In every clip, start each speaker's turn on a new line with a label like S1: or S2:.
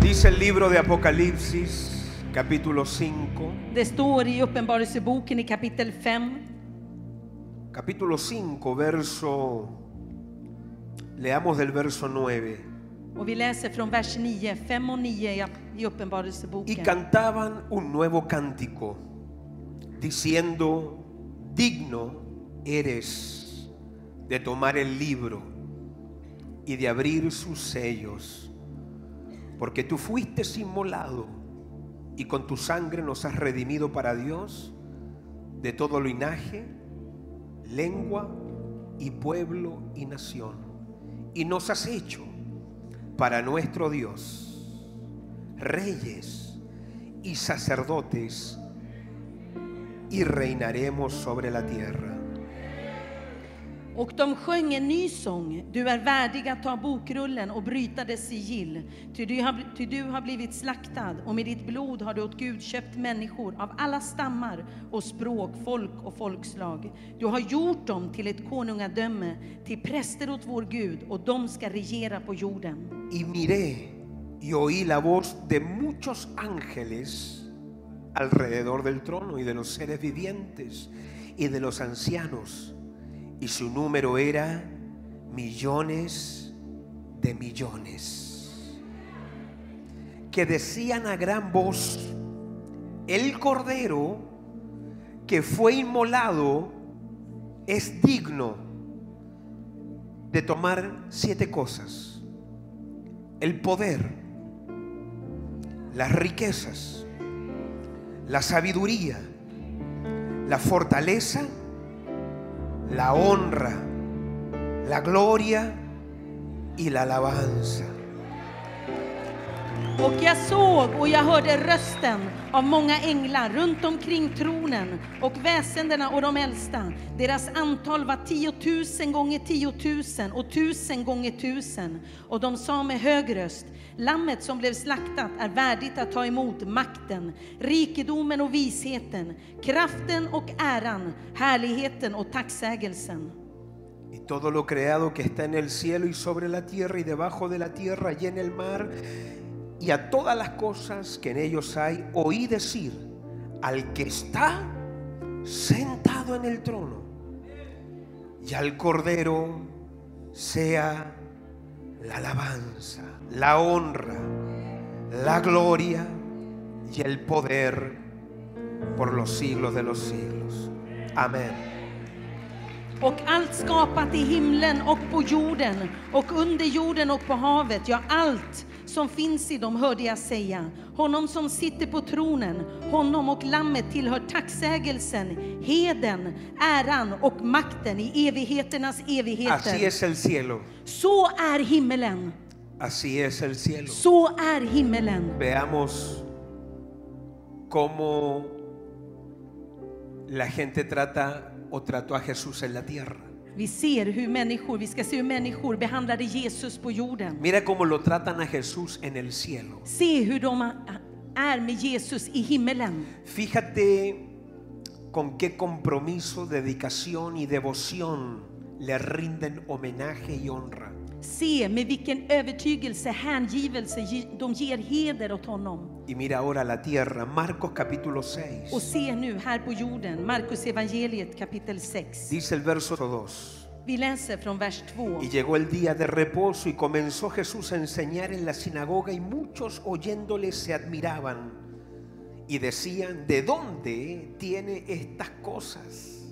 S1: dice el libro de Apocalipsis, capítulo 5.
S2: Det står i Uppenbarelseboken i kapitel 5,
S1: Capítulo 5, verso... Leamos del verso 9.
S2: och vi läser från vers 9, 5 och 9 i- i
S1: Y
S2: Uppenbarelseboken.
S1: cantaban un nuevo cántico, diciendo, digno eres de tomar el libro y de abrir sus sellos, porque tú fuiste inmolado y con tu sangre nos has redimido para Dios de todo linaje, lengua y pueblo y nación, y nos has hecho para nuestro Dios reyes y sacerdotes y reinaremos sobre la tierra.
S2: Och de sjöng en ny sång. Du är värdig att ta bokrullen och bryta dess sigill. Ty du, har, ty du har blivit slaktad och med ditt blod har du åt Gud köpt människor av alla stammar och språk, folk och folkslag. Du har gjort dem till ett konungadöme, till präster åt vår Gud och de ska regera på jorden.
S1: Y miré y oí la voz de muchos ángeles alrededor del trono y de los seres vivientes y de los ancianos. Y su número era millones de millones. Que decían a gran voz, el cordero que fue inmolado es digno de tomar siete cosas el poder, las riquezas, la sabiduría, la fortaleza, la honra, la gloria y la alabanza.
S2: Och jag såg och jag hörde rösten av många änglar runt omkring tronen och väsendena och de äldsta. Deras antal var tiotusen gånger tiotusen och tusen gånger tusen. Och de sa med hög röst, Lammet som blev slaktat är värdigt att ta emot makten, rikedomen och visheten, kraften och äran, härligheten och tacksägelsen.
S1: Y todo lo creado que está en el cielo y sobre la tierra y debajo de la tierra y en el mar y a todas las cosas que en ellos hay, oí decir al que está sentado en el trono y al cordero sea la alabanza, la honra, la gloria y el poder por los siglos de los siglos. Amén.
S2: Och allt skapat i himlen och på jorden och under jorden och på havet, ja allt som finns i dem hörde jag säga. Honom som sitter på tronen, honom och lammet tillhör tacksägelsen, heden, äran och makten i evigheternas
S1: Así
S2: evigheter.
S1: es el cielo.
S2: Så är himmelen,
S1: Así es el cielo.
S2: så är himmelen.
S1: Veamos cómo la gente trata o trató a Jesús en la tierra.
S2: Vi ser hur människor, vi ska se hur människor behandlade Jesus på jorden.
S1: Mira cómo lo tratan a Jesús en el cielo.
S2: Se hur de är med Jesus i himmelen.
S1: Fíjate con qué compromiso, dedicación y devoción le rinden homenaje y honra.
S2: Se med vilken övertygelse, hängivelse ge- de ger heder åt honom.
S1: Y mira ahora la tierra, Marcos capítulo
S2: Och
S1: 6.
S2: se nu här på jorden, Markus evangeliet kapitel 6.
S1: Dice el verso 2.
S2: Vi läser från vers 2.
S1: Y llegó el día de reposo y comenzó Jesús a enseñar en la sinagoga y muchos oyéndole se admiraban y decían, ¿de dónde tiene estas cosas?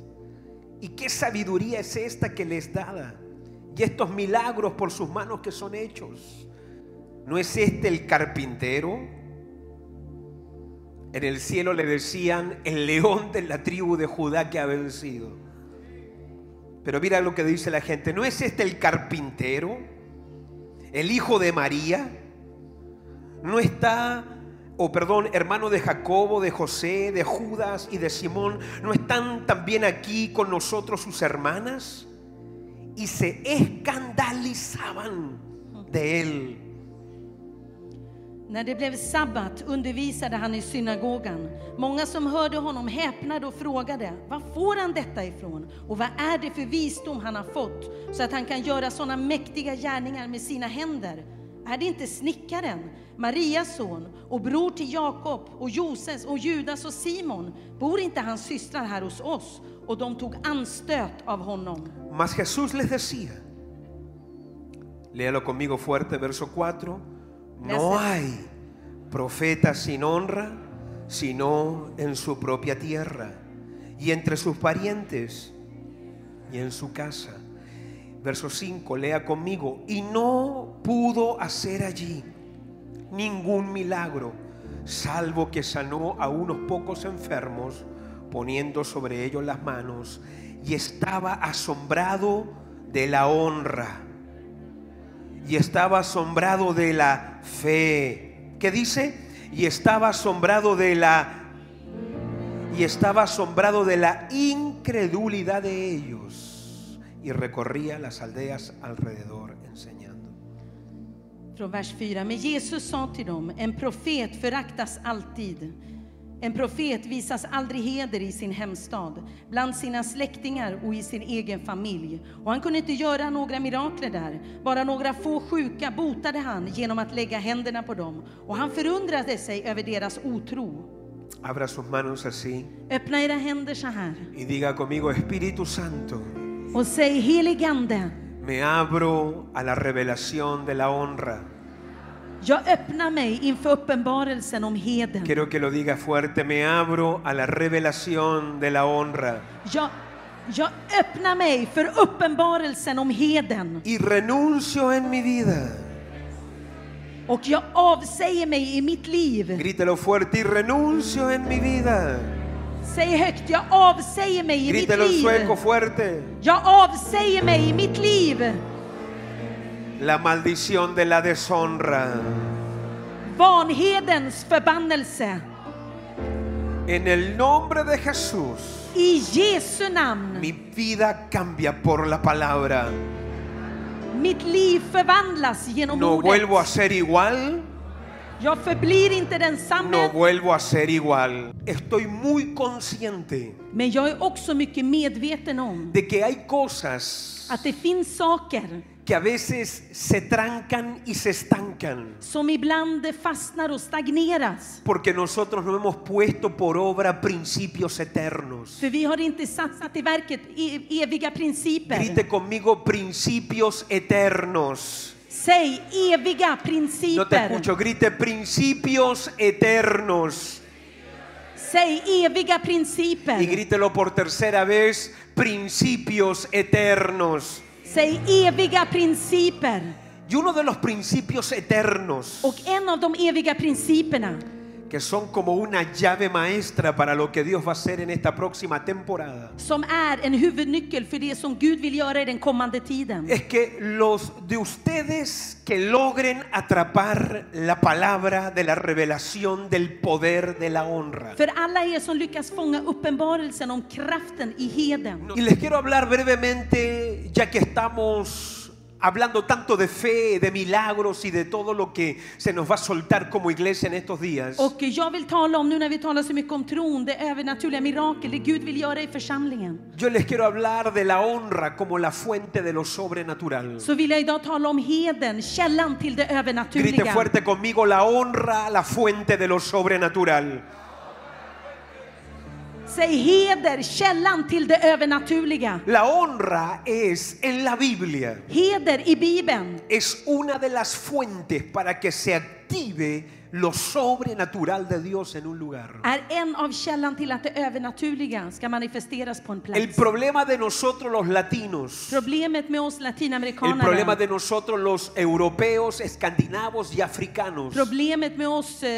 S1: ¿Y qué sabiduría es esta que les dada? Y estos milagros por sus manos que son hechos. ¿No es este el carpintero? En el cielo le decían, el león de la tribu de Judá que ha vencido. Pero mira lo que dice la gente, ¿no es este el carpintero? ¿El hijo de María? ¿No está, o perdón, hermano de Jacobo, de José, de Judas y de Simón? ¿No están también aquí con nosotros sus hermanas? Y se escandalizaban de él.
S2: När det blev sabbat undervisade han i synagogan. Många som hörde honom häpnade och frågade, var får han detta ifrån? Och vad är det för visdom han har fått så att han kan göra sådana mäktiga gärningar med sina händer? Är det inte snickaren, Marias son och bror till Jakob och Joses och Judas och Simon? Bor inte hans systrar här hos oss? Och de tog anstöt av honom.
S1: Mas Jesús les decía, léalo conmigo fuerte, verso 4, no
S2: Gracias.
S1: hay profeta sin honra, sino en su propia tierra y entre sus parientes y en su casa. Verso 5, lea conmigo, y no pudo hacer allí ningún milagro, salvo que sanó a unos pocos enfermos, poniendo sobre ellos las manos, y estaba asombrado de la honra, y estaba asombrado de la fe. ¿Qué dice? Y estaba asombrado de la y estaba asombrado de la incredulidad de ellos y recorría las aldeas alrededor enseñando.
S2: Från vers 4. Men Jesus sa till dem, en profet föraktas alltid. En profet visas aldrig heder i sin hemstad, bland sina släktingar och i sin egen familj. Och han kunde inte göra några mirakler där. Bara några få sjuka botade han genom att lägga händerna på dem. Och han förundrade sig över deras otro.
S1: Abra sus manos así
S2: Öppna era händer så här
S1: y diga conmigo, Espíritu Santo,
S2: och säg heligande.
S1: me abro a la revelación de la honra.
S2: Jag öppnar mig inför uppenbarelsen om heden.
S1: Quiero que lo diga fuerte, me abro a la revelación de la honra
S2: Jag, jag öppnar mig för uppenbarelsen om heden
S1: y renuncio en mi vida.
S2: och jag avsäger mig i mitt liv.
S1: Grítelo fuerte y renuncio en mi vida.
S2: Säg högt, jag avsäger mig i mitt
S1: Grítelo en
S2: liv.
S1: sueco fuerte.
S2: Jag avsäger mig i mitt liv
S1: La maldición de la deshonra.
S2: vanhedens förbannelse.
S1: En el nombre de Jesús,
S2: I Jesu namn,
S1: mi vida cambia por la palabra.
S2: mitt liv förvandlas genom
S1: No
S2: ordet.
S1: vuelvo a ser igual,
S2: Jag förblir inte densamme,
S1: no vuelvo a ser igual. Estoy muy consciente
S2: men jag är också mycket medveten om
S1: de que hay cosas
S2: att det finns saker
S1: que a veces se trancan y se estancan
S2: som ibland fastnar och stagneras.
S1: porque nosotros no hemos puesto por obra principios eternos.
S2: För vi har inte satsat i verket e- eviga principer.
S1: Grite conmigo principios eternos.
S2: Säg eviga
S1: No te
S2: principer.
S1: escucho, grite principios eternos.
S2: Säg eviga
S1: Y
S2: principer.
S1: grítelo por tercera vez, principios eternos.
S2: Säg eviga principer.
S1: Y uno de los principios eternos,
S2: Och en av de eviga principerna
S1: que son como una llave maestra para lo que Dios va a hacer en esta próxima temporada,
S2: som är en huvudnyckel för det som Gud vill göra i den kommande tiden.
S1: es que los de ustedes que logren atrapar la palabra de la revelación del poder de la honra.
S2: För alla er som lyckas fånga uppenbarelsen om kraften i heden.
S1: Y les quiero hablar brevemente, ya que estamos hablando tanto de fe, de milagros y de todo lo que se nos va a soltar como iglesia en estos días.
S2: Och jag vill tala om, nu när vi talar så mycket om tron, det övernaturliga mirakel, det Gud vill göra i församlingen.
S1: Yo les quiero hablar de la honra como la fuente de lo sobrenatural.
S2: så vill jag idag tala om heden, källan till det
S1: Grite
S2: övernaturliga.
S1: fuerte conmigo, la honra, la fuente de lo sobrenatural.
S2: Säg heder, källan till det övernaturliga.
S1: La honra es en la Biblia.
S2: Heder i Bibeln
S1: Es una de las fuentes para que se active lo sobrenatural de Dios en un lugar.
S2: är en av källan till att det övernaturliga ska manifesteras på en
S1: El
S2: plats.
S1: problema de nosotros los latinos
S2: Problemet med oss
S1: El problema
S2: latinamerikaner,
S1: de nosotros los europeos, escandinavos y africanos
S2: problemet med oss eh,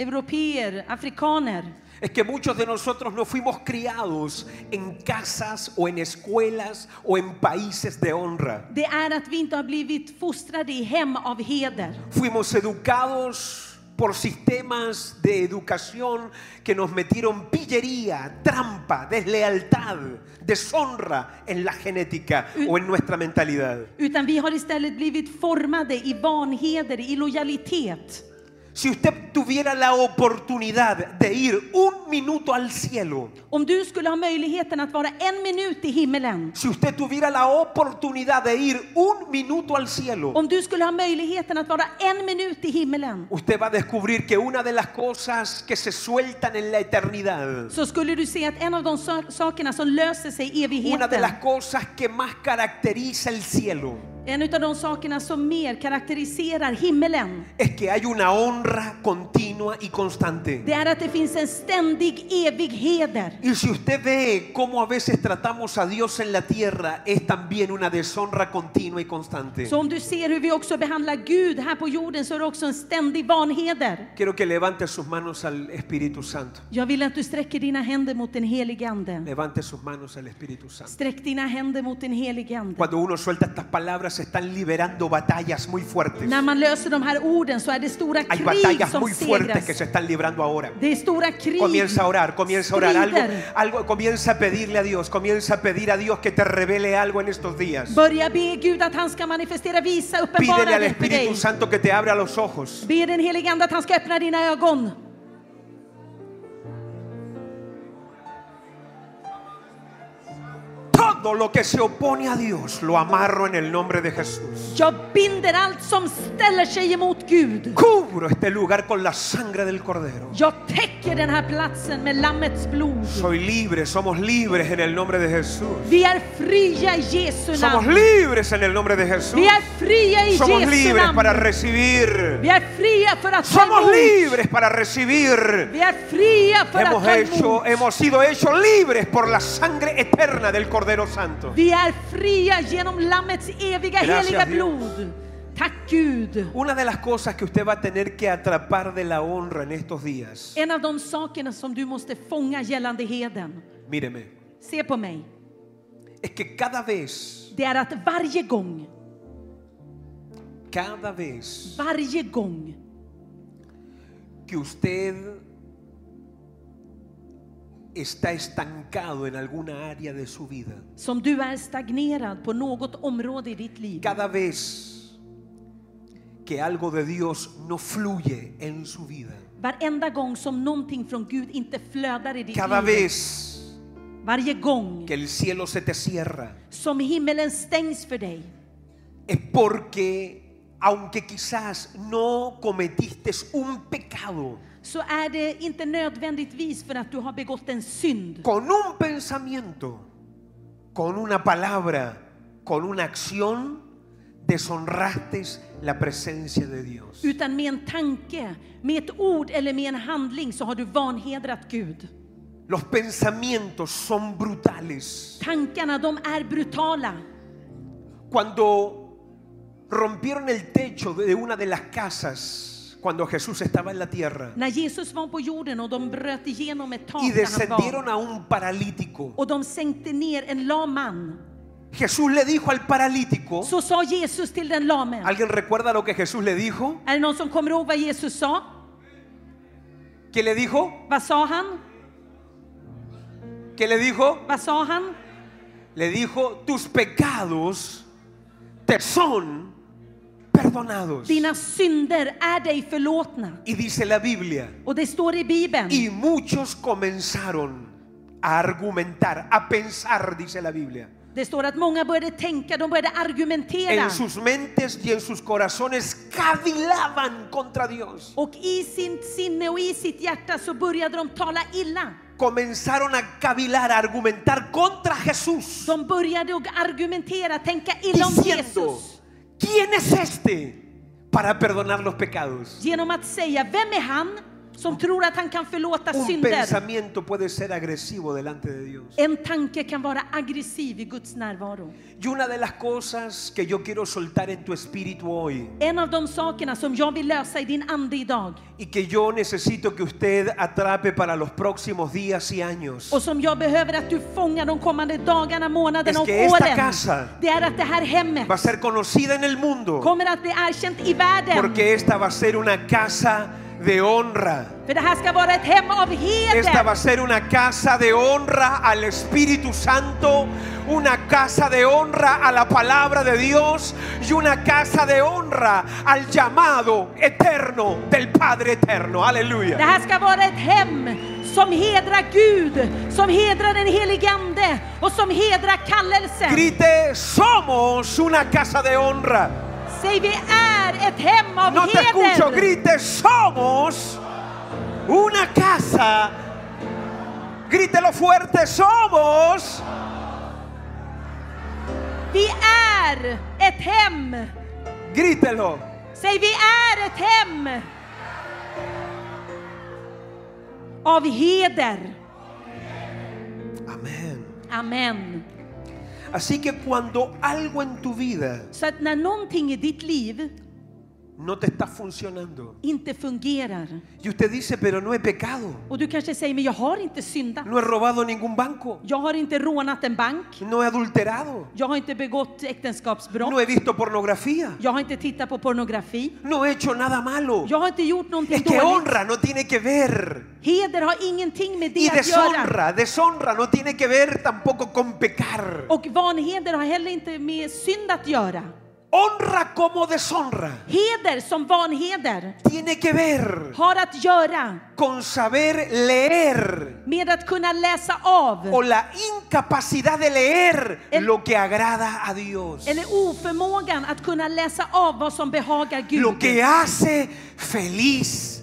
S2: europeer, afrikaner,
S1: es que muchos de nosotros no fuimos criados en casas o en escuelas o en países de honra.
S2: det är att vi inte har blivit fostrade i hem av heder.
S1: Fuimos educados por sistemas de educación que nos metieron pillería, trampa, deslealtad, deshonra en la genética o en nuestra mentalidad.
S2: Utan vi har istället blivit formade i vanheder, i lojalitet.
S1: Si usted tuviera la oportunidad de ir un minuto al cielo,
S2: Om du skulle ha möjligheten att vara en minut i himmelen.
S1: si usted tuviera la oportunidad de ir un minuto al cielo,
S2: Om du skulle ha möjligheten att vara en minut i himmelen.
S1: usted va a descubrir que una de las cosas que se sueltan en la eternidad,
S2: Så skulle du se att en av de sa- sakerna som löser sig i
S1: una de
S2: evigheten.
S1: las cosas que más caracteriza el cielo,
S2: En av de sakerna som mer karaktäriserar himmelen.
S1: es que hay una honra continua y constante.
S2: Det är att det finns en ständig evig heder.
S1: Y si usted ve cómo a veces tratamos a Dios en la tierra, es también una deshonra continua y constante.
S2: Så om du ser hur vi också behandlar Gud här på jorden så är det också en ständig vanheder.
S1: Quiero que levante sus manos al Espíritu Santo.
S2: Jag vill att du sträcker dina händer mot den helige Ande.
S1: Levante sus manos al Espíritu Santo.
S2: Sträck dina händer mot den helige Ande.
S1: Cuando uno suelta estas palabras, se están liberando batallas muy fuertes.
S2: När man löser de här orden så är det stora
S1: Hay
S2: krig
S1: batallas
S2: som
S1: muy fuertes que
S2: segras.
S1: se están librando ahora.
S2: Det är stora krig.
S1: Comienza a orar, comienza a orar algo,
S2: strider.
S1: algo, comienza a pedirle a Dios, comienza a pedir a Dios que te revele algo en estos días.
S2: Börja be Gud att han ska manifestera, visa,
S1: Pídele
S2: uppenbara
S1: al
S2: det för dig.
S1: Espíritu Santo que te abra los ojos.
S2: Be den helige Ande att han ska öppna dina ögon.
S1: Todo lo que se opone a Dios lo amarro en el nombre de Jesús.
S2: Jag binder allt som ställer sig emot Gud.
S1: Cubro este lugar con la sangre del Cordero.
S2: Jag täcker den här platsen med Lammets blod.
S1: Soy libre, somos libres en el nombre de Jesús.
S2: Vi är fria i Jesu
S1: Somos
S2: namn.
S1: libres en el nombre de Jesús.
S2: Vi är fria i
S1: Somos
S2: Jesu
S1: libres para
S2: namn.
S1: recibir.
S2: Vi är fria för att ta
S1: Somos
S2: emot.
S1: libres para recibir.
S2: Vi är fria för att
S1: Hemos,
S2: ta emot.
S1: hecho, hemos sido hechos libres por la sangre eterna del Cordero Santo.
S2: Vi är fria genom Lammets eviga
S1: Gracias,
S2: heliga
S1: Dios.
S2: blod. Tack Gud.
S1: Una de las cosas que usted va a tener que atrapar de la honra en estos días,
S2: En av de sakerna som du måste fånga gällande heden.
S1: míreme,
S2: Se på mig.
S1: es que cada vez,
S2: Det är att varje gång,
S1: cada vez
S2: varje gång
S1: que usted está estancado en alguna área de su vida,
S2: som du är stagnerad på något område i ditt liv.
S1: cada vez que algo de Dios no fluye en su vida,
S2: Varenda gång som någonting från Gud inte flödar i ditt
S1: cada
S2: liv.
S1: vez
S2: Varje gång
S1: que el cielo se te cierra,
S2: som himmelen stängs för dig.
S1: es porque aunque quizás no cometiste un pecado,
S2: Så är det inte nödvändigtvis för att du har begått en synd.
S1: con un pensamiento, con una palabra, con una acción, deshonraste la presencia de Dios.
S2: Utan med en tanke, med ett ord eller med en handling så har du vanhedrat Gud.
S1: Los pensamientos son brutales.
S2: Tankarna de är brutala.
S1: Cuando rompieron el techo de una de las casas, cuando Jesús estaba en la tierra,
S2: När Jesus var på jorden och de bröt igenom ett tak
S1: y
S2: där han var.
S1: descendieron a un paralítico,
S2: Och de sänkte ner en lam man.
S1: Jesús le dijo al paralítico,
S2: Så sa Jesus till den lame.
S1: ¿Alguien recuerda lo que Jesús le dijo?
S2: Är det någon som kommer ihåg vad Jesus sa?
S1: ¿Qué le dijo?
S2: Vad sa han?
S1: ¿Qué le dijo?
S2: Vad sa han?
S1: Le dijo, tus pecados te son perdonados.
S2: Dina synder är dig förlåtna.
S1: Y dice la Biblia,
S2: Och det står i Bibeln.
S1: y muchos comenzaron a argumentar, a pensar, dice la Biblia,
S2: Det står att många började tänka, de började argumentera.
S1: en sus mentes y en sus corazones cavilaban contra Dios.
S2: Och i sin sinne och i sitt hjärta så började de tala illa.
S1: Comenzaron a cavilar, a argumentar contra Jesús,
S2: De började att argumentera, tänka illa om
S1: diciendo,
S2: Jesus.
S1: ¿quién es este para perdonar los pecados?
S2: Genom att säga, vem är han som tror att han kan förlåta
S1: Un
S2: synder?
S1: pensamiento puede ser agresivo delante de Dios.
S2: En tanke kan vara aggressiv i Guds närvaro.
S1: Y una de las cosas que yo quiero soltar en tu espíritu hoy
S2: En av de sakerna som jag vill lösa i din ande idag
S1: y que yo necesito que usted atrape para los próximos días y años
S2: och som jag behöver att du fångar de kommande dagarna, månaderna
S1: Es
S2: och
S1: que esta
S2: åren.
S1: casa-
S2: Det är att det här hemmet
S1: va a ser conocida en el mundo
S2: kommer att bli erkänt i världen.
S1: porque esta va a ser una casa de honra.
S2: För det här ska vara ett hem av
S1: Esta va
S2: heder.
S1: a ser una casa de honra al Espíritu Santo, una casa de honra a la palabra de Dios y una casa de honra al llamado eterno del Padre eterno.
S2: Det
S1: Aleluya.
S2: här ska vara ett hem som hedrar Gud, som hedrar den helige Ande och som hedrar kallelsen.
S1: Grite, somos una casa de honra.
S2: Säg vi är ett hem av
S1: No te escucho,
S2: heder.
S1: grite, somos una casa. Grítelo fuerte, somos.
S2: Vi är ett hem.
S1: Grítelo.
S2: Säg vi är ett hem av heder.
S1: Amén.
S2: Amen.
S1: Así que cuando algo en tu vida
S2: Så att när någonting i ditt liv
S1: no te está funcionando
S2: inte fungerar
S1: y usted dice, pero no he pecado,
S2: och du kanske säger men jag har inte syndat.
S1: no he robado ningún banco,
S2: Jag har inte rånat en bank.
S1: no he adulterado,
S2: Jag har inte begått äktenskapsbrott.
S1: no he visto pornografía,
S2: Jag har inte tittat på pornografi.
S1: no he hecho nada malo.
S2: Jag har inte gjort någonting
S1: Es que
S2: dåligt.
S1: honra no tiene que ver.
S2: Heder har ingenting med det
S1: Y
S2: att göra.
S1: deshonra, deshonra no tiene que ver tampoco con pecar.
S2: Och vanheder har heller inte med synd att göra.
S1: Honra como deshonra
S2: Heder som vanheder
S1: tiene que ver
S2: har att göra
S1: con saber leer
S2: med att kunna läsa
S1: o
S2: av
S1: la incapacidad de leer
S2: El-
S1: lo que agrada a Dios.
S2: eller oförmågan att kunna läsa av vad som behagar
S1: lo que
S2: Gud.
S1: hace feliz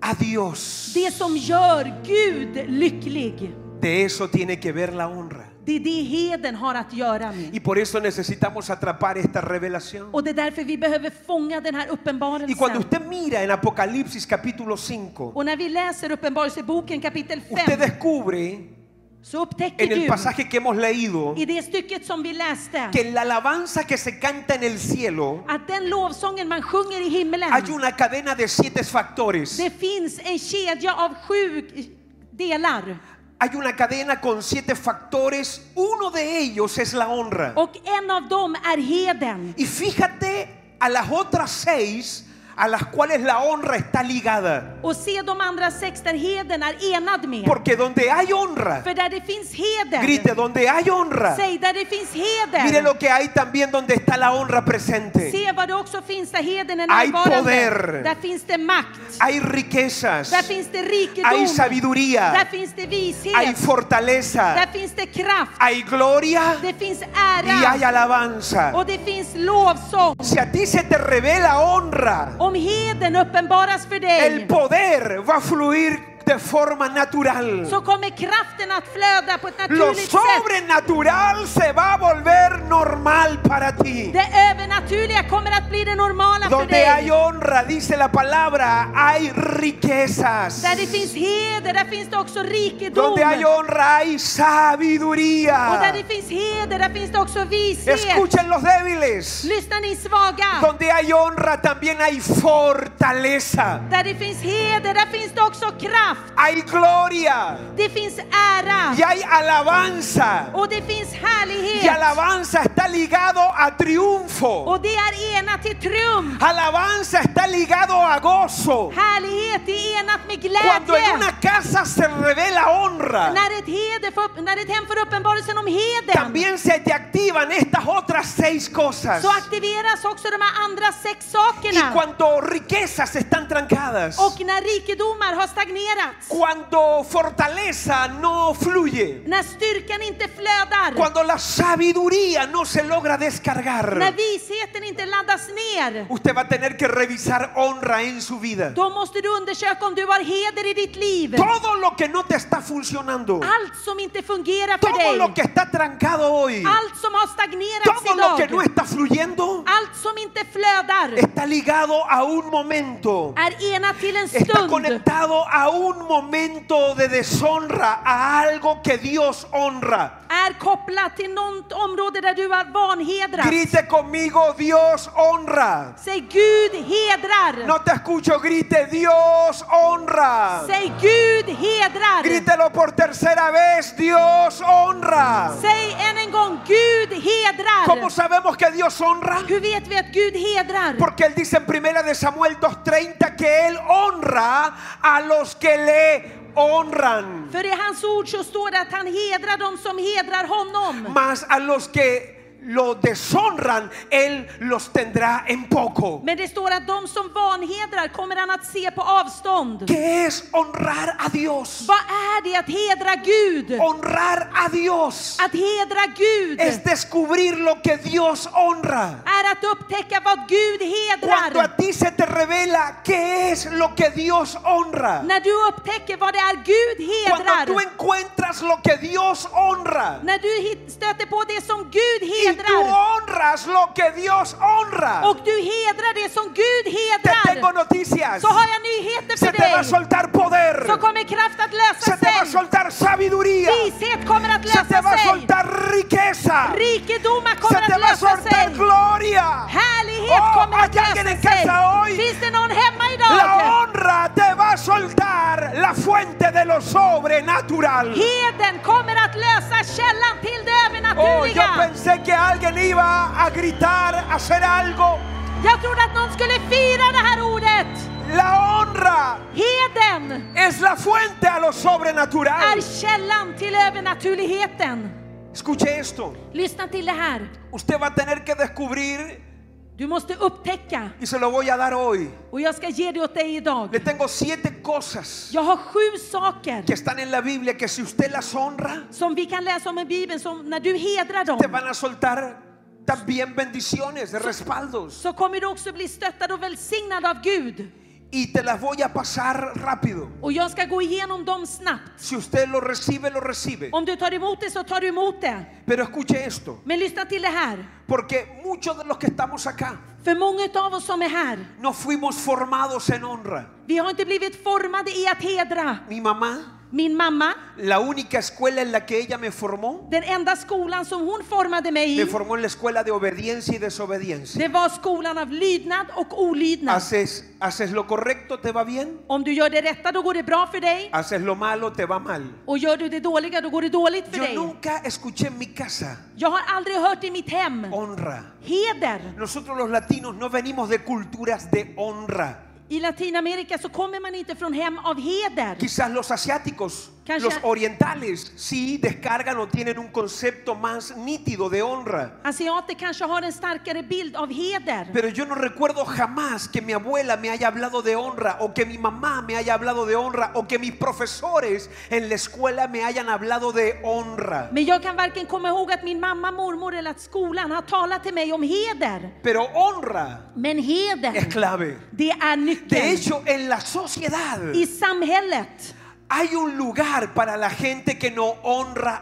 S1: a Dios.
S2: Det som gör Gud lycklig,
S1: De eso tiene que ver la honra.
S2: det är det heden har att göra med.
S1: Y por eso necesitamos atrapar esta revelación.
S2: Och det är därför vi behöver fånga den här
S1: Y cuando
S2: uppenbarelsen.
S1: usted mira en Apocalipsis capítulo 5,
S2: Och när vi läser Uppenbarelseboken kapitel 5
S1: usted descubre
S2: så upptäcker
S1: en el
S2: du
S1: pasaje que hemos leído
S2: i det stycket som vi läste
S1: que en la alabanza que se canta en el cielo
S2: att den lovsången man sjunger i himlen,
S1: hay una cadena de siete factores.
S2: det finns en kedja av sju delar.
S1: Hay una cadena con siete factores. Uno de ellos es la honra.
S2: Och en av dem är heden.
S1: Y fíjate a las otras seis a las cuales la honra está ligada.
S2: Och se de andra sex där heden är enad med.
S1: Porque donde hay honra,
S2: För där det finns heder,
S1: grite, donde hay honra,
S2: säg där det finns
S1: mire
S2: heder.
S1: lo que hay también donde está la honra presente.
S2: Se vad det också finns där heden är
S1: Hay
S2: närvarande.
S1: poder.
S2: Där finns det makt.
S1: Hay riquezas,
S2: Där finns det
S1: hay
S2: rikedom. Där
S1: sabiduría,
S2: finns det
S1: hay
S2: vishet. Där
S1: fortaleza,
S2: finns det kraft.
S1: hay gloria
S2: Det finns
S1: y hay
S2: ära.
S1: alabanza.
S2: Och det finns lovsång.
S1: Si a ti se te revela honra,
S2: Om heden uppenbaras för
S1: el
S2: dig
S1: poder va a fluir de forma natural.
S2: så kommer kraften att flöda på ett
S1: Lo
S2: naturligt sätt.
S1: sobrenatural se va a volver normal para ti.
S2: Det övernaturliga kommer att bli det normala för
S1: Donde hay
S2: dig.
S1: honra, dice la palabra, hay riquezas.
S2: Där det finns heder, där finns det också rikedom.
S1: Donde hay honra, hay
S2: Och där det
S1: sabiduría.
S2: finns heder, där finns det också vishet.
S1: Escuchen los débiles.
S2: Lyssna ni svaga.
S1: Donde hay honra, también hay fortaleza.
S2: Där det finns heder, där finns det också kraft.
S1: Hay gloria
S2: Det finns ära.
S1: y hay alabanza.
S2: Och det finns
S1: Y
S2: härlighet.
S1: alabanza está ligado a triunfo.
S2: Och det är enat i triumf.
S1: Alabanza está ligado a gozo.
S2: Härlighet är enat med
S1: Cuando en
S2: glädje.
S1: una casa se revela honra,
S2: När ett, heder får upp, när ett hem får uppenbarelsen om heden
S1: también se te activan estas otras seis cosas.
S2: så aktiveras också de här andra sex
S1: Y
S2: sakerna.
S1: cuando riquezas están trancadas,
S2: Och när rikedomar har stagnerat,
S1: cuando fortaleza no fluye,
S2: när styrkan inte flödar,
S1: cuando la sabiduría no se logra
S2: när
S1: descargar,
S2: visheten inte laddas ner,
S1: usted va a tener que revisar honra en su vida.
S2: då måste du undersöka om du har heder i ditt liv.
S1: Todo lo que no te está funcionando,
S2: Allt som inte fungerar för
S1: todo lo
S2: dig,
S1: que está trancado hoy,
S2: allt som har
S1: todo lo
S2: stagnerats
S1: que no
S2: idag,
S1: está fluyendo,
S2: allt som inte flödar
S1: Eh. está ligado a un momento.
S2: är enat till en
S1: Está
S2: stund.
S1: conectado a un momento de deshonra a algo que Dios honra.
S2: är kopplat till något område där du har vanhedrats.
S1: Grite conmigo, Dios honra.
S2: Säg Gud hedrar.
S1: No te escucho, grite, Dios honra.
S2: Säg Gud hedrar.
S1: Grítelo por tercera vez, Dios honra.
S2: Säg än en gång Gud
S1: ¿Cómo
S2: hedrar.
S1: sabemos que Dios honra?
S2: Hur vet vi att Gud hedrar?
S1: Porque él dice en primera de Samuel 2:30 que él honra a los que le honran,
S2: För i hans ord så står det att han hedrar dem som hedrar honom.
S1: mas a los que lo deshonran él los tendrá en poco.
S2: Men det står att de som vanhedrar kommer han att se på avstånd.
S1: ¿Qué es honrar a Dios?
S2: Vad är det att hedra Gud?
S1: Honrar a Dios
S2: Att hedra Gud
S1: es descubrir lo que Dios honra.
S2: är att upptäcka vad Gud
S1: Cuando
S2: hedrar.
S1: a ti se te revela qué es lo que Dios honra,
S2: När du upptäcker vad det är Gud
S1: cuando tú
S2: hedrar.
S1: encuentras lo que Dios honra,
S2: När du hit- stöter på det som Gud
S1: Y tú
S2: hedrar.
S1: honras lo que Dios honra.
S2: Och du hedrar det som Gud
S1: Te tengo
S2: hedrar.
S1: noticias.
S2: Så har jag nyheter
S1: Se
S2: för
S1: te va a
S2: dig.
S1: soltar poder.
S2: Så kommer kraft att
S1: Se
S2: lösa
S1: te va a
S2: sig.
S1: soltar sabiduría.
S2: Vishet kommer att
S1: Se te
S2: lösa
S1: va a
S2: sig.
S1: soltar riqueza.
S2: Rikedomar
S1: Se
S2: kommer
S1: te
S2: att
S1: va a
S2: lösa sig.
S1: soltar Oh, gloria.
S2: Härlighet
S1: Åh,
S2: kommer att
S1: att jag kan
S2: lösa
S1: kasta oj.
S2: sig. Finns det någon hemma
S1: La
S2: idag?
S1: honra te va a soltar la fuente de lo sobrenatural.
S2: Heden kommer att lösa källan till det
S1: Oh, yo
S2: övernaturliga.
S1: pensé que alguien iba a gritar, a hacer algo.
S2: Jag trodde att någon skulle fira det här ordet.
S1: La honra
S2: Heden
S1: es la fuente a lo sobrenatural.
S2: är källan till övernaturligheten.
S1: Escuche esto.
S2: Lyssna till det här.
S1: Usted va a tener que descubrir,
S2: Du måste upptäcka
S1: y se lo voy a dar hoy.
S2: och jag ska ge det åt dig idag.
S1: Le tengo siete cosas
S2: Jag har sju saker
S1: que están en la Biblia que si usted las honra,
S2: som vi kan läsa om i Bibeln som när du hedrar
S1: te
S2: dem
S1: van a soltar también bendiciones, respaldos.
S2: så kommer du också bli stöttad och välsignad av Gud.
S1: Y te las voy a pasar rápido.
S2: Och jag ska gå igenom dem snabbt.
S1: Si usted lo recibe, lo recibe.
S2: Om du tar emot det så tar du emot det.
S1: Pero escuche esto,
S2: Men lyssna till det här.
S1: porque muchos de los que estamos acá
S2: För många av oss som är här,
S1: no fuimos formados en honra.
S2: vi har inte blivit formade i att hedra.
S1: Mi mamá,
S2: Min mamma,
S1: la única escuela en la que ella me formó,
S2: den enda skolan som hon formade mig
S1: me
S2: i,
S1: formó en la escuela de obediencia y desobediencia.
S2: det var skolan av lydnad och
S1: Alltså-
S2: olydnad.
S1: Haces, haces lo correcto, te va bien.
S2: Om du gör det rätta då går det bra för dig
S1: Haces lo malo, te va mal.
S2: och gör du det dåliga då går det dåligt för
S1: Yo
S2: dig.
S1: nunca escuché en mi casa
S2: Jag har aldrig hört i mitt hem
S1: honra.
S2: heder.
S1: Nosotros los latinos no venimos de culturas de honra.
S2: I Latinamerika så kommer man inte från hem av heder.
S1: Quizás los asiáticos,
S2: Calla.
S1: los orientales, sí descargan o tienen un concepto más nítido de honra.
S2: Asiater kanske har en starkare bild av heder.
S1: Pero yo no recuerdo jamás que mi abuela me haya hablado de honra o que mi mamá me haya hablado de honra o que mis profesores en la escuela me hayan hablado de honra.
S2: Men jag kan varken komma ihåg att min mamma, mormor eller att skolan har talat till mig om heder.
S1: Pero honra
S2: Men
S1: es
S2: heder,
S1: clave.
S2: det
S1: De
S2: är nyckeln.
S1: hecho, en la sociedad
S2: I samhället
S1: hay un lugar para la gente que no honra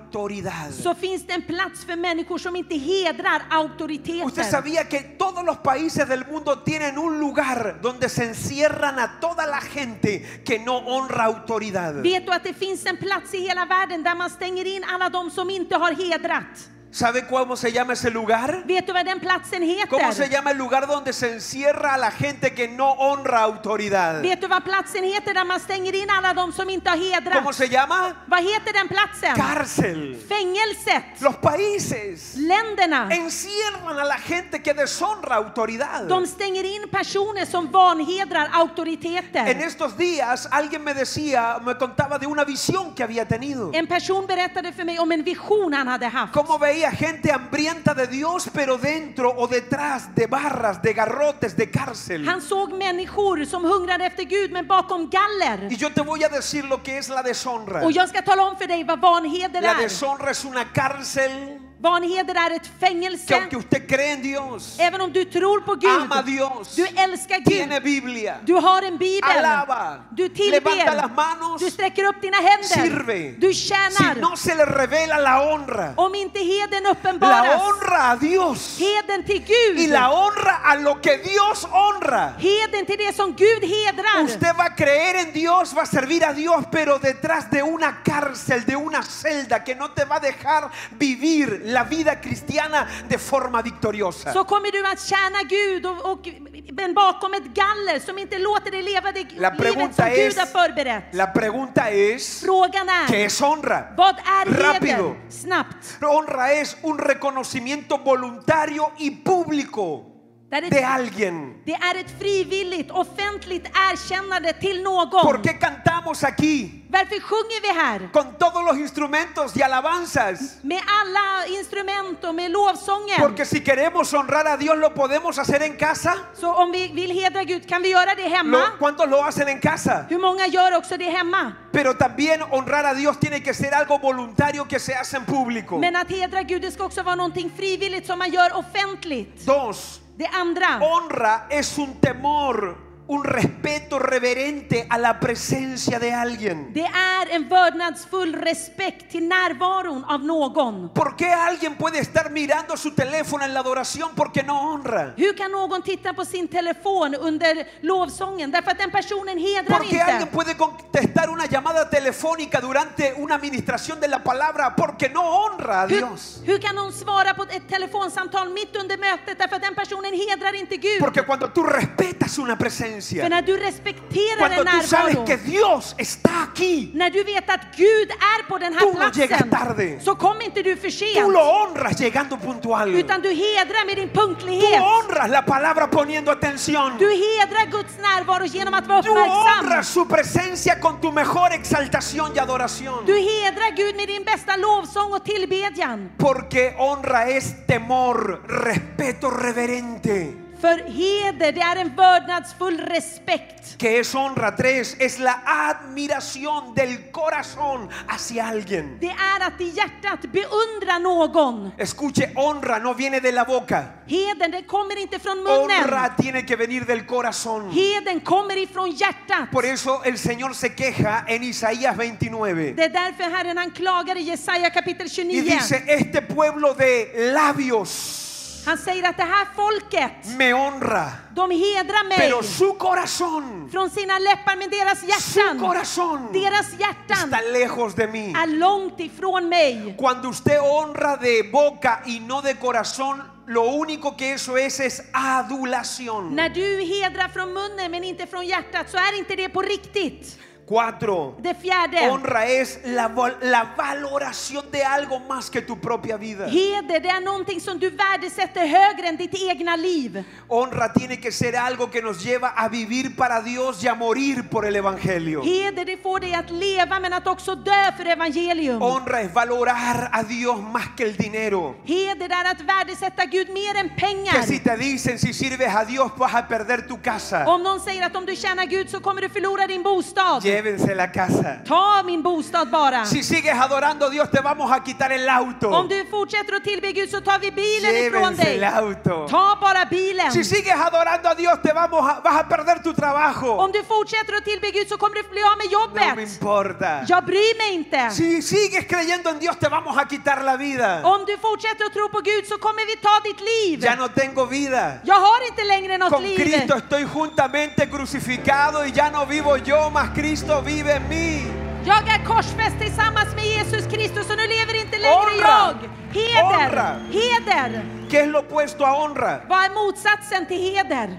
S1: autoridad.
S2: så finns det en plats för människor som inte hedrar
S1: Usted
S2: auktoriteter.
S1: sabía que todos los países del mundo tienen un lugar donde se encierran a toda la gente que no honra autoridad.
S2: Vet du att det finns en plats i hela världen där man stänger in alla de som inte har hedrat?
S1: ¿Sabe cómo se llama ese lugar?
S2: Vet du vad den platsen
S1: ¿Cómo se
S2: heter?
S1: llama el lugar donde se encierra a la gente que no honra autoridad?
S2: Vet du vad platsen heter där man stänger in alla de som inte har
S1: ¿Cómo
S2: hedrat?
S1: se llama?
S2: Vad heter den platsen?
S1: Cárcel.
S2: Fängelset.
S1: Los países
S2: Länderna.
S1: encierran a la gente que deshonra autoridad.
S2: De stänger in personer som vanhedrar
S1: En
S2: auktoriteter.
S1: estos días alguien me decía, me contaba de una visión que había tenido.
S2: En person berättade för mig om en vision han hade haft.
S1: Cómo veía gente hambrienta de Dios, pero dentro o detrás de barras, de garrotes, de cárcel.
S2: Han såg människor som hungrade efter Gud men bakom
S1: Y
S2: galler.
S1: yo te voy a decir lo que es la deshonra.
S2: Och jag ska tala om för dig vad vanheder
S1: La
S2: är.
S1: deshonra es una cárcel
S2: Vanheder är ett
S1: Que
S2: fängelse.
S1: aunque usted cree en Dios,
S2: Även om du tror på
S1: ama a
S2: Gud,
S1: Dios,
S2: du älskar
S1: tiene
S2: Gud,
S1: Biblia,
S2: du har en bibel,
S1: alaba,
S2: du
S1: levanta las
S2: tillber,
S1: manos,
S2: du sträcker upp dina händer,
S1: sirve.
S2: du
S1: Si no
S2: tjänar.
S1: se le revela la honra,
S2: Om inte heden
S1: la
S2: uppenbaras,
S1: honra a Dios
S2: heden
S1: y
S2: till Gud,
S1: la honra a lo que Dios honra.
S2: heden till det som Gud hedrar.
S1: Usted va a creer en Dios, va a servir a Dios, pero detrás de una cárcel, de una celda que no te va a dejar vivir la vida cristiana de forma victoriosa.
S2: Så kommer du att tjäna Gud, och, och, men bakom ett galler som inte låter dig leva det
S1: La
S2: livet
S1: pregunta
S2: som
S1: es,
S2: Gud har förberett.
S1: la pregunta es,
S2: Frågan
S1: ¿qué
S2: är,
S1: es honra?
S2: vad är
S1: Rápido.
S2: heden? Snabbt.
S1: Honra es un reconocimiento voluntario y público
S2: Det är
S1: de
S2: ett
S1: alguien.
S2: Det är ett frivilligt, offentligt erkännande till någon.
S1: ¿Por qué cantamos aquí
S2: Varför sjunger vi här?
S1: con todos los instrumentos y alabanzas?
S2: Med alla instrument och med lovsången.
S1: Porque si queremos honrar a Dios, ¿lo podemos hacer en casa?
S2: Så om vi vill hedra Gud kan vi göra det hemma.
S1: Lo- ¿Cuántos lo hacen en casa?
S2: Hur många gör också det hemma?
S1: Pero también honrar a Dios tiene que ser algo voluntario que se hace en público.
S2: Men att hedra Gud det ska också vara någonting frivilligt som man gör offentligt.
S1: Dos,
S2: Det andra,
S1: honra es un temor, un respeto reverente a la presencia de alguien.
S2: det är en vördnadsfull respekt till närvaron av någon.
S1: ¿Por qué alguien puede estar mirando su teléfono en la adoración porque no honra?
S2: Hur kan någon titta på sin telefon under lovsången? Därför att den personen hedrar
S1: Porque
S2: inte.
S1: alguien puede contestar una llamada telefónica durante una administración de la palabra porque no honra a Dios.
S2: Hur, hur kan någon svara på ett telefonsamtal mitt under mötet därför att den personen hedrar inte Gud?
S1: Porque cuando tú respetas una
S2: För
S1: presencia,
S2: när du respekterar
S1: cuando
S2: en
S1: tú sabes
S2: närvaro,
S1: que Dios está aquí,
S2: när du vet att Gud är på den här
S1: Tú no
S2: platsen,
S1: llegas tarde.
S2: så kom inte du för sent.
S1: tú lo honras llegando puntual.
S2: Utan du hedrar med din
S1: Tú
S2: punktlighet.
S1: honras la palabra poniendo atención.
S2: Du hedrar Guds närvaro genom att vara
S1: Tú honras
S2: uppmärksam.
S1: su presencia con tu mejor exaltación y adoración.
S2: Du hedrar Gud med din bästa lovsång och tillbedjan.
S1: Porque honra es temor, respeto reverente.
S2: För heder, det är en vördnadsfull respekt.
S1: que es honra tres es la admiración del corazón hacia alguien
S2: Det är att i hjärtat beundra någon.
S1: escuche honra no viene de la boca
S2: Heden, den kommer inte från munnen.
S1: honra tiene que venir del corazón
S2: Heden kommer ifrån hjärtat.
S1: por eso el Señor se queja en Isaías 29
S2: Det är därför Herren han klagar i Jesaja kapitel
S1: y
S2: 29.
S1: dice este pueblo de labios
S2: Han säger att det här folket,
S1: me honra
S2: de hedrar mig
S1: pero su corazón
S2: från sina läppar med deras
S1: su
S2: hjärtan.
S1: corazón
S2: Deras hjärtan
S1: está lejos de mí
S2: är långt ifrån mig.
S1: Cuando usted honra de boca y no de corazón, lo único que eso es es adulación.
S2: När du hedrar från munnen men inte från hjärtat så är inte det på riktigt.
S1: Cuatro.
S2: Det fjärde.
S1: Honra es la, val- la valoración de algo más que tu propia vida.
S2: Heder, det är någonting som du värdesätter högre än ditt egna liv.
S1: Honra tiene que ser algo que nos lleva a vivir para Dios y a morir por el Evangelio.
S2: Heder, det får dig att leva men att också dö för evangelium.
S1: Honra es valorar a Dios más que el dinero.
S2: Heder är att värdesätta Gud mer än
S1: Que
S2: pengar.
S1: si te dicen si sirves a Dios vas a perder tu casa,
S2: Om någon säger att om du tjänar Gud så kommer du förlora din bostad.
S1: llévense la casa.
S2: Ta min bostad bara.
S1: Si sigues adorando a Dios te vamos a quitar el auto.
S2: Om du fortsätter att tillbe Gud så tar vi bilen ifrån
S1: Llévense el
S2: dig.
S1: auto.
S2: Ta bara bilen.
S1: Si sigues adorando a Dios, te vamos a- vas a perder tu trabajo.
S2: Om du fortsätter att tillbe Gud så kommer du bli av med
S1: No me
S2: jobbet.
S1: importa.
S2: Jag bryr mig inte.
S1: Si sigues creyendo en Dios, te vamos a quitar la vida.
S2: Om du fortsätter att tro på Gud så kommer vi ta ditt liv.
S1: Ya no tengo vida.
S2: Jag har inte längre något
S1: Con
S2: liv.
S1: Cristo estoy juntamente crucificado y ya no vivo yo, mas Cristo vive en mí.
S2: Jag är korsfäst tillsammans med Jesus Kristus och nu lever inte längre
S1: Honra!
S2: jag. Heder,
S1: Honra!
S2: heder.
S1: ¿Qué es lo opuesto a honra?
S2: Vad är motsatsen till heder?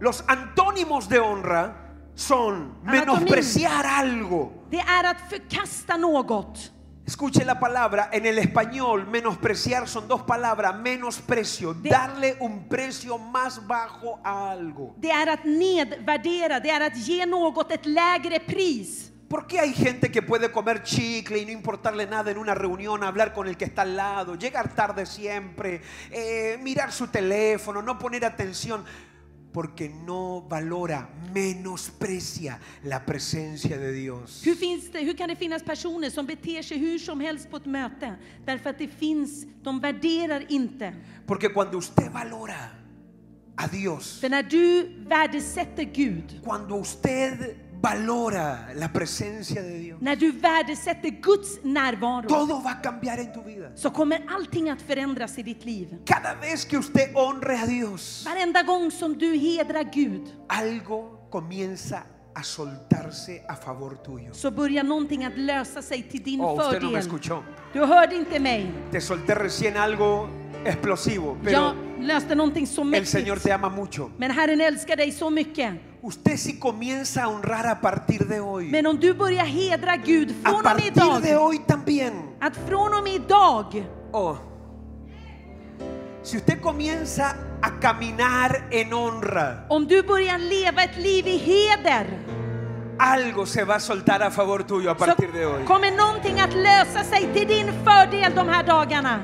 S1: Los antónimos de honra son
S2: Anatomía.
S1: menospreciar algo.
S2: Det är att förkasta något.
S1: Escuche la palabra, en el español menospreciar son dos palabras, menosprecio,
S2: De-
S1: darle un precio más bajo a algo.
S2: Det är att nedvärdera, det är att ge något ett lägre pris.
S1: ¿Por qué hay gente que puede comer chicle y no importarle nada en una reunión, hablar con el que está al lado, llegar tarde siempre, eh, mirar su teléfono, no poner atención? porque no valora, menosprecia la presencia de Dios.
S2: Hur, finns det, hur kan det finnas personer som beter sig hur som helst på ett möte? Därför att det finns, de värderar inte.
S1: Porque cuando usted valora a Dios,
S2: För när du värdesätter Gud,
S1: cuando usted valora la presencia de Dios,
S2: när du värdesätter Guds närvaro,
S1: todo va a cambiar en tu vida.
S2: så kommer allting att förändras i ditt liv.
S1: Cada vez que usted honre a Dios,
S2: Varenda gång som du hedrar Gud
S1: algo comienza a soltarse a favor tuyo.
S2: så börjar någonting att lösa sig till din
S1: Oh, usted no me
S2: fördel.
S1: escuchó.
S2: Du hörde inte mig.
S1: Te solté recién algo explosivo, pero
S2: Jag löste någonting så
S1: el
S2: mäktigt.
S1: Señor te ama mucho.
S2: Men Herren älskar dig så mycket.
S1: Usted si comienza a honrar a partir de hoy,
S2: Men om du börjar hedra Gud
S1: a
S2: från och med
S1: partir de
S2: idag,
S1: hoy también.
S2: att från och med idag,
S1: Oh. Si usted comienza a caminar en honra,
S2: om du börjar leva ett liv i heder,
S1: algo se va a soltar a favor tuyo a
S2: så
S1: partir de hoy.
S2: kommer någonting att lösa sig till din fördel de här dagarna.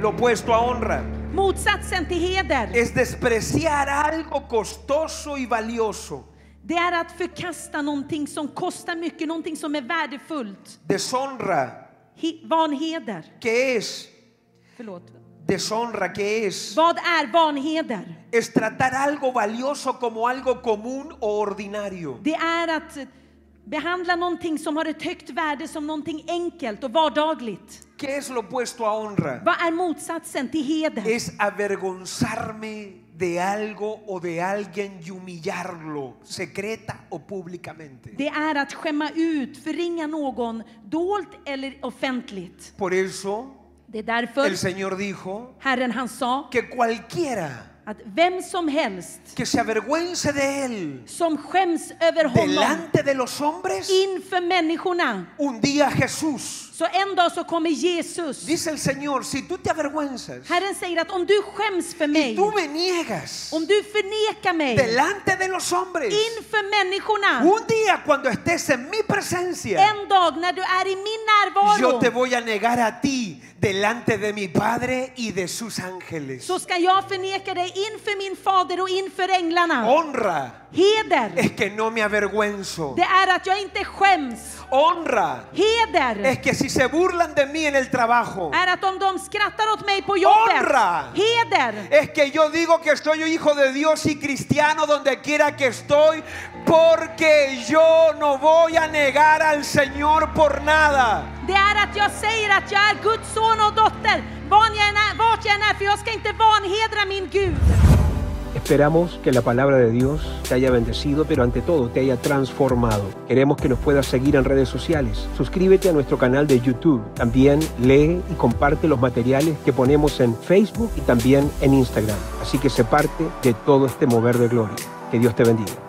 S1: Lo opuesto a honra
S2: Motsatsen till heder,
S1: es despreciar algo costoso y valioso.
S2: det är att förkasta någonting som kostar mycket, någonting som är värdefullt.
S1: Deshonra,
S2: He, vanheder.
S1: ¿qué es?
S2: Förlåt.
S1: Deshonra, ¿qué es?
S2: Vad är vanheder?
S1: Es tratar algo valioso como algo común o ordinario.
S2: Det är att behandla någonting som har ett högt värde som någonting enkelt och vardagligt.
S1: ¿Qué es lo opuesto a honra?
S2: Vad är motsatsen till heder?
S1: es avergonzarme de algo o de alguien y humillarlo, secreta o públicamente.
S2: Det är att skämma ut, förringa någon, dolt eller offentligt.
S1: Por eso
S2: Det är därför
S1: el Señor dijo
S2: Herren han sa
S1: que cualquiera
S2: att vem som helst
S1: que se avergüence de él
S2: som skäms över honom
S1: delante de los hombres,
S2: inför människorna,
S1: un día Jesús,
S2: så en dag så kommer Jesus.
S1: dice el Señor, si tú te avergüenzas
S2: Herren säger att om du skäms för
S1: y
S2: mig,
S1: tú me niegas
S2: om du förnekar mig,
S1: delante de los hombres,
S2: inför människorna.
S1: un día cuando estés en mi presencia,
S2: En dag när du är i min
S1: Yo te
S2: närvaro
S1: voy a negar a ti delante de mi Padre y de sus ángeles.
S2: så ska jag förneka dig inför min fader och inför änglarna.
S1: Honra
S2: Heder,
S1: es que no me avergüenzo.
S2: det är att jag inte skäms.
S1: Honra es
S2: Heder
S1: que si se burlan de mí en el trabajo,
S2: är att om de skrattar åt mig på jobbet.
S1: Honra!
S2: Heder,
S1: es que yo digo que soy hijo de Dios y cristiano donde quiera que estoy, porque yo no voy a negar al Señor por nada.
S2: det är att jag säger att jag är Guds son och dotter. Var jag än är, vart jag än är, för jag ska inte vanhedra min Gud.
S3: Esperamos que la palabra de Dios te haya bendecido, pero ante todo te haya transformado. Queremos que nos puedas seguir en redes sociales. Suscríbete a nuestro canal de YouTube. También lee y comparte los materiales que ponemos en Facebook y también en Instagram. Así que se parte de todo este mover de gloria. Que Dios te bendiga.